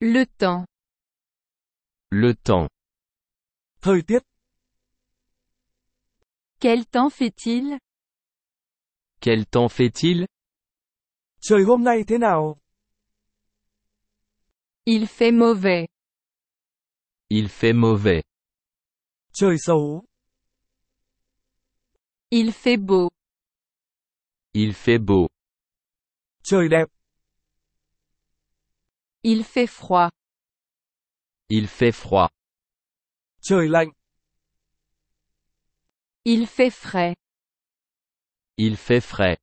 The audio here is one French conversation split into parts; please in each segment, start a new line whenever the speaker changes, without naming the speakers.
Le temps.
Le temps.
Thời tiết,
Quel temps fait-il
Quel temps fait-il
trời hôm nay thế nào?
Il fait mauvais.
Il fait mauvais.
Trời xấu,
Il fait beau.
Il fait beau.
trời đẹp,
Il fait froid.
Il fait froid.
trời lạnh,
Il fait frais.
Il fait frais.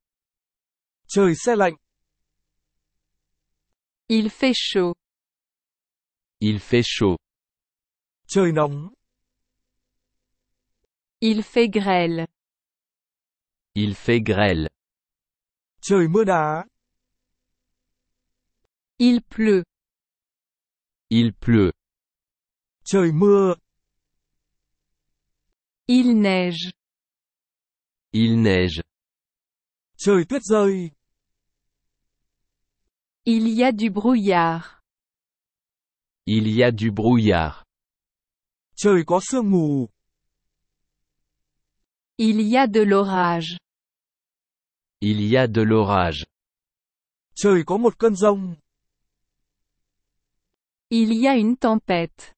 trời se lạnh,
Il fait chaud.
Il fait chaud.
trời nóng,
Il fait grêle.
Il fait grêle.
trời mưa đá,
Il pleut.
Il pleut.
trời mưa,
Il neige.
Il neige.
trời tuyết rơi,
Il y a du brouillard.
Il y a du brouillard.
trời có sương mù,
Il y a de l'orage.
Il y a de l'orage.
trời có một cơn rông,
Il y a une tempête.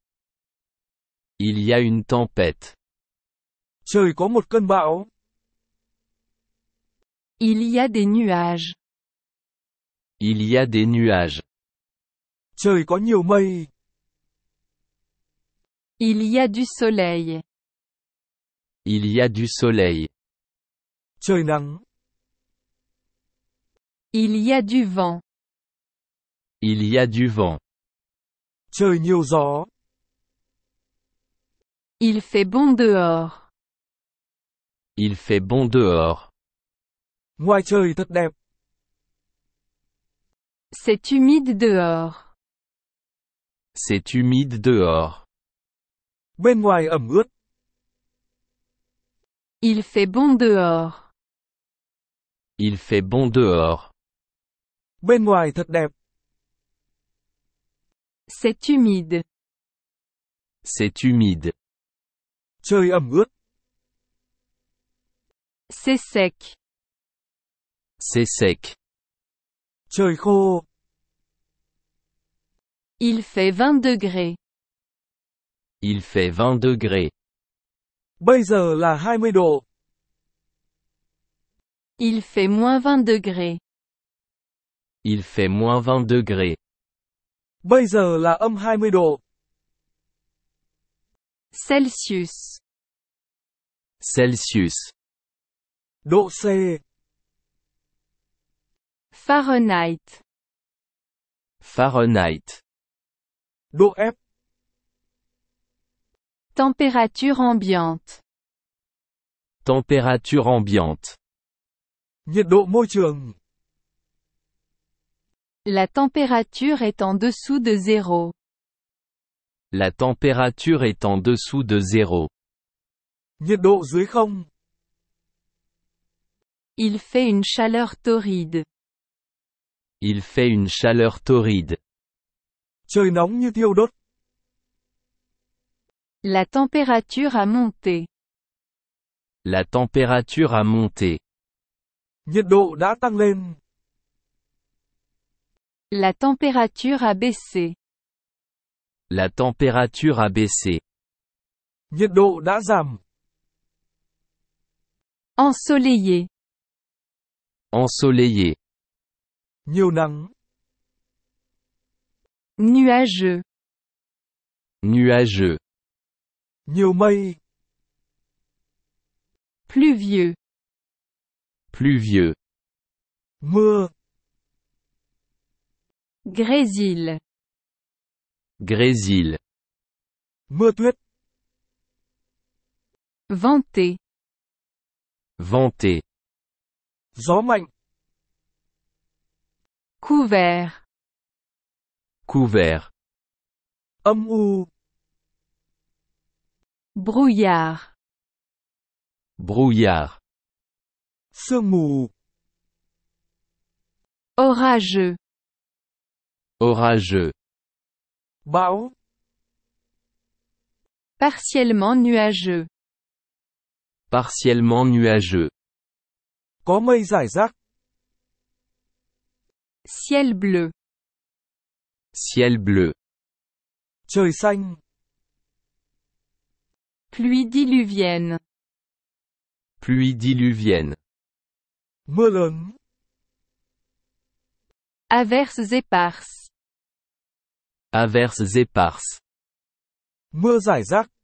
Il y a une tempête.
trời có một cơn bão,
Il y a des nuages.
Il y a des nuages.
trời có nhiều mây,
Il y a du soleil.
Il y a du soleil.
trời nắng,
Il y a du vent.
Il y a du vent.
trời nhiều gió,
Il fait bon dehors.
Il fait bon dehors.
ngoài trời thật đẹp,
C'est humide dehors.
C'est humide dehors.
bên ngoài ẩm ướt,
Il fait bon dehors.
Il fait bon dehors.
bên ngoài thật đẹp,
C'est humide.
C'est humide.
trời ẩm ướt,
C'est sec.
C'est sec.
trời khô,
Il fait 20 degrés.
Il fait 20 degrés.
bây giờ là 20 độ,
Il fait moins 20 degrés.
Il fait moins 20 degrés.
bây giờ là âm 20 độ,
Celsius.
Celsius.
độ C,
Fahrenheit.
Fahrenheit.
độ F,
Température ambiante.
Température ambiante.
nhiệt độ môi trường,
La température est en dessous de zéro.
La température est en dessous de zéro.
nhiệt độ dưới không,
Il fait une chaleur torride.
Il fait une chaleur torride.
trời nóng như thiêu đốt,
La température a monté.
La température a monté.
nhiệt độ đã tăng lên,
La température a baissé.
La température a baissé.
nhiệt độ đã giảm,
Ensoleillé.
Ensoleillé.
nhiều nắng,
Nuageux.
Nuageux.
nhiều mây,
Pluvieux.
Pluvieux.
mưa,
Grésil.
Grésil.
mưa tuyết,
Venté.
Venté.
gió mạnh,
Couvert.
Couvert.
âm u,
Brouillard.
Brouillard.
sương mù,
Orageux.
Orageux.
bão,
Partiellement nuageux.
Partiellement nuageux.
có mây rải rác,
Ciel bleu.
Ciel bleu.
trời xanh,
Pluie diluvienne.
Pluie diluvienne.
mưa lớn,
Averses éparses.
Averses éparses.
mưa rải rác,